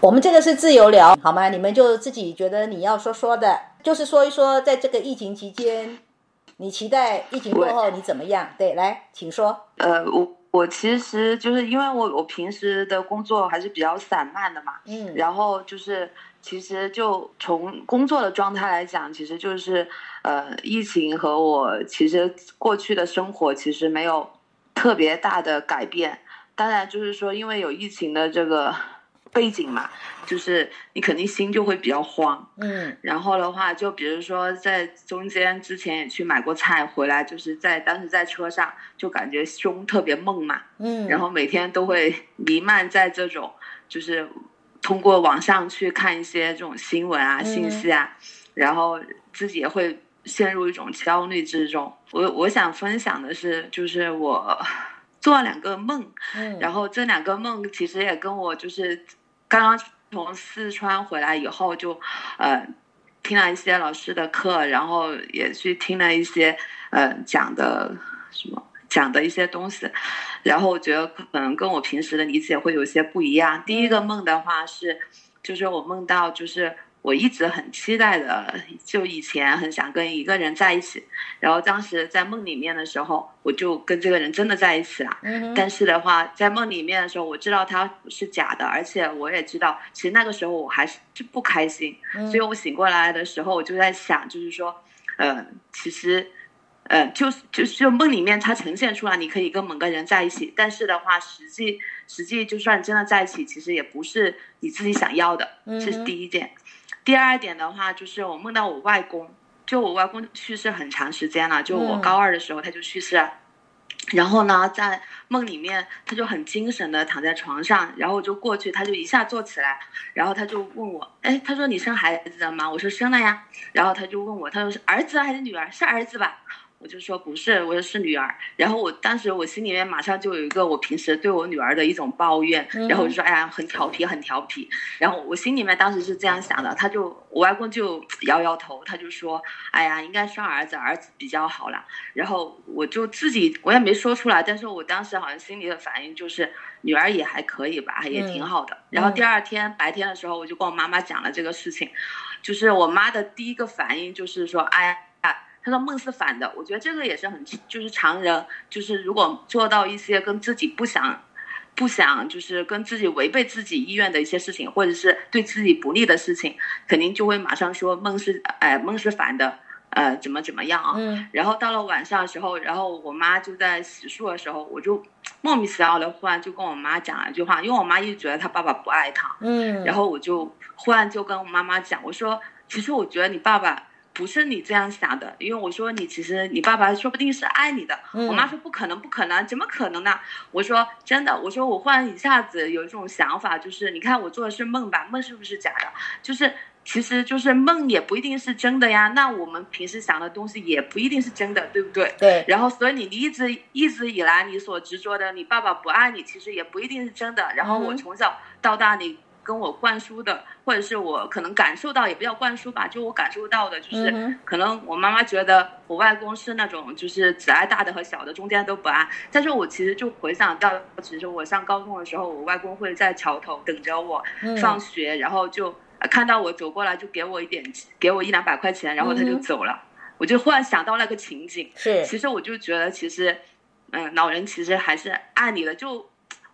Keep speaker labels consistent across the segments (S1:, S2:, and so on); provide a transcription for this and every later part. S1: 我们这个是自由聊，好吗？你们就自己觉得你要说说的，就是说一说，在这个疫情期间，你期待疫情过后你怎么样？对，来，请说。
S2: 呃，我我其实就是因为我我平时的工作还是比较散漫的嘛，
S1: 嗯，
S2: 然后就是其实就从工作的状态来讲，其实就是呃，疫情和我其实过去的生活其实没有特别大的改变。当然，就是说因为有疫情的这个 背景嘛，就是你肯定心就会比较慌。
S1: 嗯
S2: 然后的话，就比如说在中间之前也去买过菜，回来就是在当时在车上就感觉胸特别闷嘛，
S1: 嗯，
S2: 然后每天都会弥漫在这种就是通过网上去看一些这种新闻啊、
S1: 嗯
S2: 信息啊，然后自己也会陷入一种焦虑之中。我我想分享的是，就是我做了两个梦，
S1: 嗯，
S2: 然后这两个梦其实也跟我就是刚刚从四川回来以后就，呃，听了一些老师的课，然后也去听了一些呃讲的什么讲的一些东西，然后我觉得可能跟我平时的理解会有一些不一样。第一个梦的话是，就是我梦到就是。我一直很期待的，就以前很想跟一个人在一起，然后当时在梦里面的时候，我就跟这个人真的在一起了，
S1: 嗯
S2: 但是的话，在梦里面的时候，我知道它是假的，而且我也知道，其实那个时候我还是不开心，
S1: 哼，
S2: 所以我醒过来的时候，我就在想，就是说，呃，其实，呃，就是就是就梦里面它呈现出来，你可以跟某个人在一起，但是的话，实际实际就算真的在一起，其实也不是你自己想要的，
S1: 嗯
S2: 这
S1: 哼
S2: 是第一点。第二点的话，就是我梦到我外公，就我外公去世很长时间了，就我
S1: 嗯
S2: 高二的时候他就去世了。然后呢，在梦里面，他就很精神的躺在床上，然后我就过去，他就一下坐起来，然后他就问我，哎，他说你生孩子了吗？我说生了呀。然后他就问我，他说是儿子啊还是女儿？是儿子吧？我就说不是，我说是女儿。然后我当时我心里面马上就有一个我平时对我女儿的一种抱怨
S1: 嗯，
S2: 然后我就说哎呀很调皮很调皮。然后我心里面当时是这样想的，他就我外公就摇摇头，他就说哎呀应该生儿子，儿子比较好啦。然后我就自己我也没说出来，但是我当时好像心里的反应就是女儿也还可以吧，也挺好的。然后第二天白天的时候，我就跟我妈妈讲了这个事情，就是我妈的第一个反应就是说，哎呀，她说梦是反的。我觉得这个也是很就是常人，就是如果做到一些跟自己不想。不想就是跟自己违背自己意愿的一些事情，或者是对自己不利的事情，肯定就会马上说梦是哎梦是反的，呃怎么怎么样啊？
S1: 嗯
S2: 然后到了晚上的时候，然后我妈就在洗漱的时候，我就莫名其妙的忽然就跟我妈讲了一句话，因为我妈一直觉得她爸爸不爱她，
S1: 嗯，
S2: 然后我就忽然就跟我妈妈讲，我说其实我觉得你爸爸不是你这样想的，因为我说你其实你爸爸说不定是爱你的，
S1: 嗯
S2: 我妈说不可能，不可能，怎么可能呢？我说真的，我说我忽然一下子有一种想法，就是你看我做的是梦吧，梦是不是假的？就是其实就是梦也不一定是真的呀，那我们平时想的东西也不一定是真的，对不对？
S1: 对，
S2: 然后，所以你你一直一直以来你所执着的，你爸爸不爱你，其实也不一定是真的。然后我
S1: 嗯
S2: 从小到大，你跟我灌输的，或者是我可能感受到，也不叫灌输吧，就我感受到的，就是、
S1: 嗯
S2: 可能我妈妈觉得我外公是那种就是只爱大的和小的，中间都不爱。但是我其实就回想到，其实我上高中的时候，我外公会在桥头等着我，
S1: 哼，
S2: 放学，然后就呃看到我走过来，就给我一点，给我一两百块钱，然后他
S1: 嗯
S2: 就
S1: 哼
S2: 走了。我就忽然想到那个情景
S1: 嗯，是，
S2: 其实我就觉得，其实，嗯，老人其实还是爱你的。就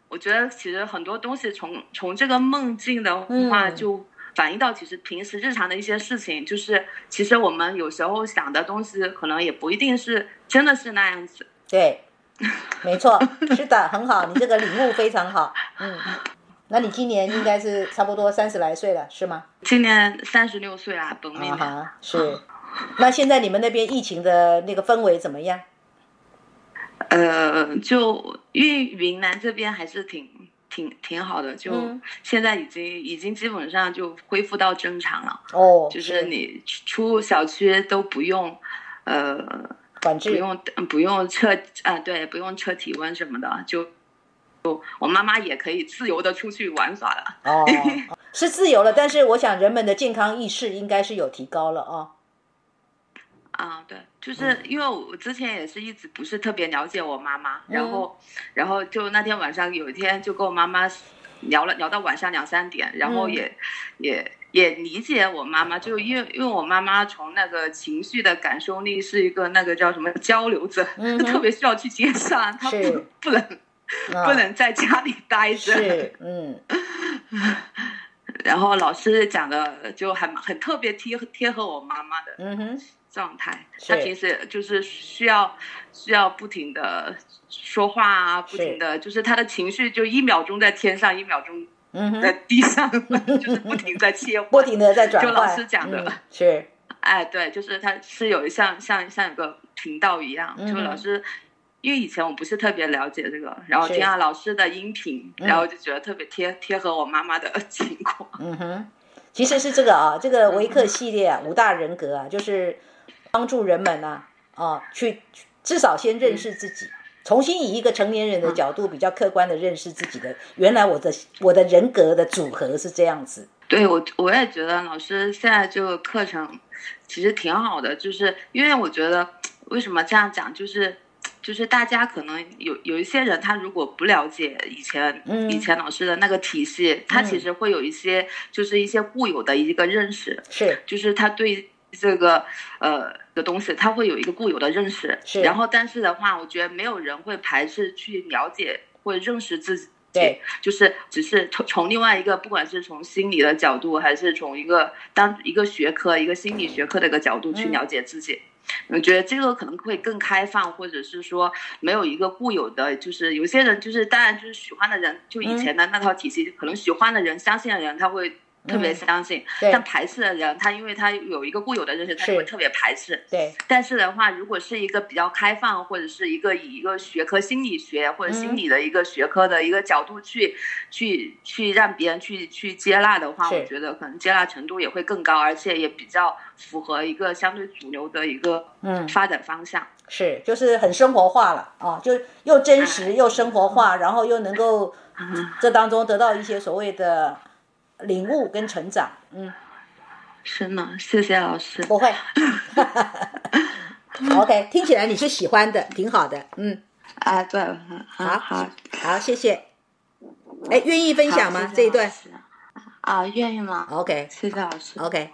S2: 我觉得，其实很多东西从从这个梦境的话，
S1: 嗯
S2: 就反映到其实平时日常的一些事情，就是其实我们有时候想的东西，可能也不一定是真的是那样子。
S1: 对，没错，是的，很好，你这个领悟非常好。嗯，那你今年应该是差不多三十来岁了，是吗？
S2: 今年三十六岁啦，本命
S1: 啊
S2: 年。
S1: 哈，是。那现在你们那边疫情的那个氛围怎么样？
S2: 呃，就因为云南这边还是挺挺挺好的，就
S1: 嗯
S2: 现在已经已经基本上就恢复到正常了，
S1: 哦，
S2: 就是你出小区都不用，呃，
S1: 管
S2: 不
S1: 制，
S2: 用不用测啊、对，不用测体温什么的，就就我妈妈也可以自由的出去玩耍了。
S1: 哦， 是自由了，但是我想人们的健康意识应该是有提高了哦。
S2: 啊，对，就是因为我之前也是一直不是特别了解我妈妈，然后，然后就那天晚上有一天就跟我妈妈聊了聊到晚上两三点，然后也、也也理解我妈妈，就因为因为我妈妈从那个情绪的感受力是一个那个叫什么交流者，
S1: 嗯
S2: 就
S1: 哼
S2: 特别需要去接上，她
S1: 是
S2: 不 不能
S1: 啊
S2: 不能在家里待着。
S1: 是，嗯，
S2: 然后老师讲的就还蛮很特别贴贴合我妈妈的
S1: 嗯哼，
S2: 状态，
S1: 是
S2: 她平时就是需要需要不停的说话啊，不停的就是她的情绪就一秒钟在天上，一秒钟
S1: 嗯
S2: 在
S1: 哼，
S2: 地上，就是不停在切换。
S1: 不停的在转
S2: 就
S1: 换。
S2: 老师讲的
S1: 嗯、是，
S2: 哎，对，就是它是有一像像像有个频道一样，
S1: 嗯
S2: 就老师，因为以前我不是特别了解这个，然后
S1: 是
S2: 听啊到老师的音频，
S1: 嗯
S2: 然后就觉得特别贴贴合我妈妈的 情况。
S1: 嗯哼，其实是这个啊，这个维克系列啊，五大人格啊，就是帮助人们呐、啊，去去至少先认识自己。重新以一个成年人的角度，比较客观的认识自己的，原来我的我的人格的组合是这样子，
S2: 对我，我也觉得老师现在这个课程其实挺好的，就是因为我觉得为什么这样讲，就是就是大家可能有有一些人，他如果不了解以前、
S1: 嗯
S2: 以前老师的那个体系，他其实会有一些、就是一些固有的一个认识，
S1: 是
S2: 就是他对这个呃的东西，他会有一个固有的认识。
S1: 是
S2: 然后，但是的话，我觉得没有人会排斥去了解或认识自己。
S1: 对，
S2: 就是只是从从另外一个，不管是从心理的角度，还是从一个当一个学科、一个心理学科的一个角度去
S1: 嗯
S2: 了解自己。我觉得这个可能会更开放，或者是说没有一个固有的，就是有些人就是当然就是喜欢的人，就以
S1: 嗯
S2: 前的那套体系，可能喜欢的人、相信的人，他会特别
S1: 嗯
S2: 相信。
S1: 对
S2: 但排斥的人，他因为他有一个固有的认识，他
S1: 是
S2: 就会特别排斥。
S1: 对，
S2: 但是的话，如果是一个比较开放，或者是一个以一个学科心理学或者心理的一个学科的一个角度去、去去让别人去去接纳的话，
S1: 是
S2: 我觉得可能接纳程度也会更高，而且也比较符合一个相对主流的一个
S1: 嗯，
S2: 发展方向。
S1: 是，就是很生活化了啊，就又真实又生活化，然后又能够
S2: 嗯
S1: 这当中得到一些所谓的领悟跟成长。嗯，
S2: 是呢，谢谢老师。
S1: 不会。OK，听起来你是喜欢的，挺好的。嗯，
S2: 啊，对，
S1: 好好，好，谢谢。哎，愿意分享吗？这一段
S2: 啊，愿意吗？
S1: ？OK，OK，、
S2: 谢谢老师。
S1: OK，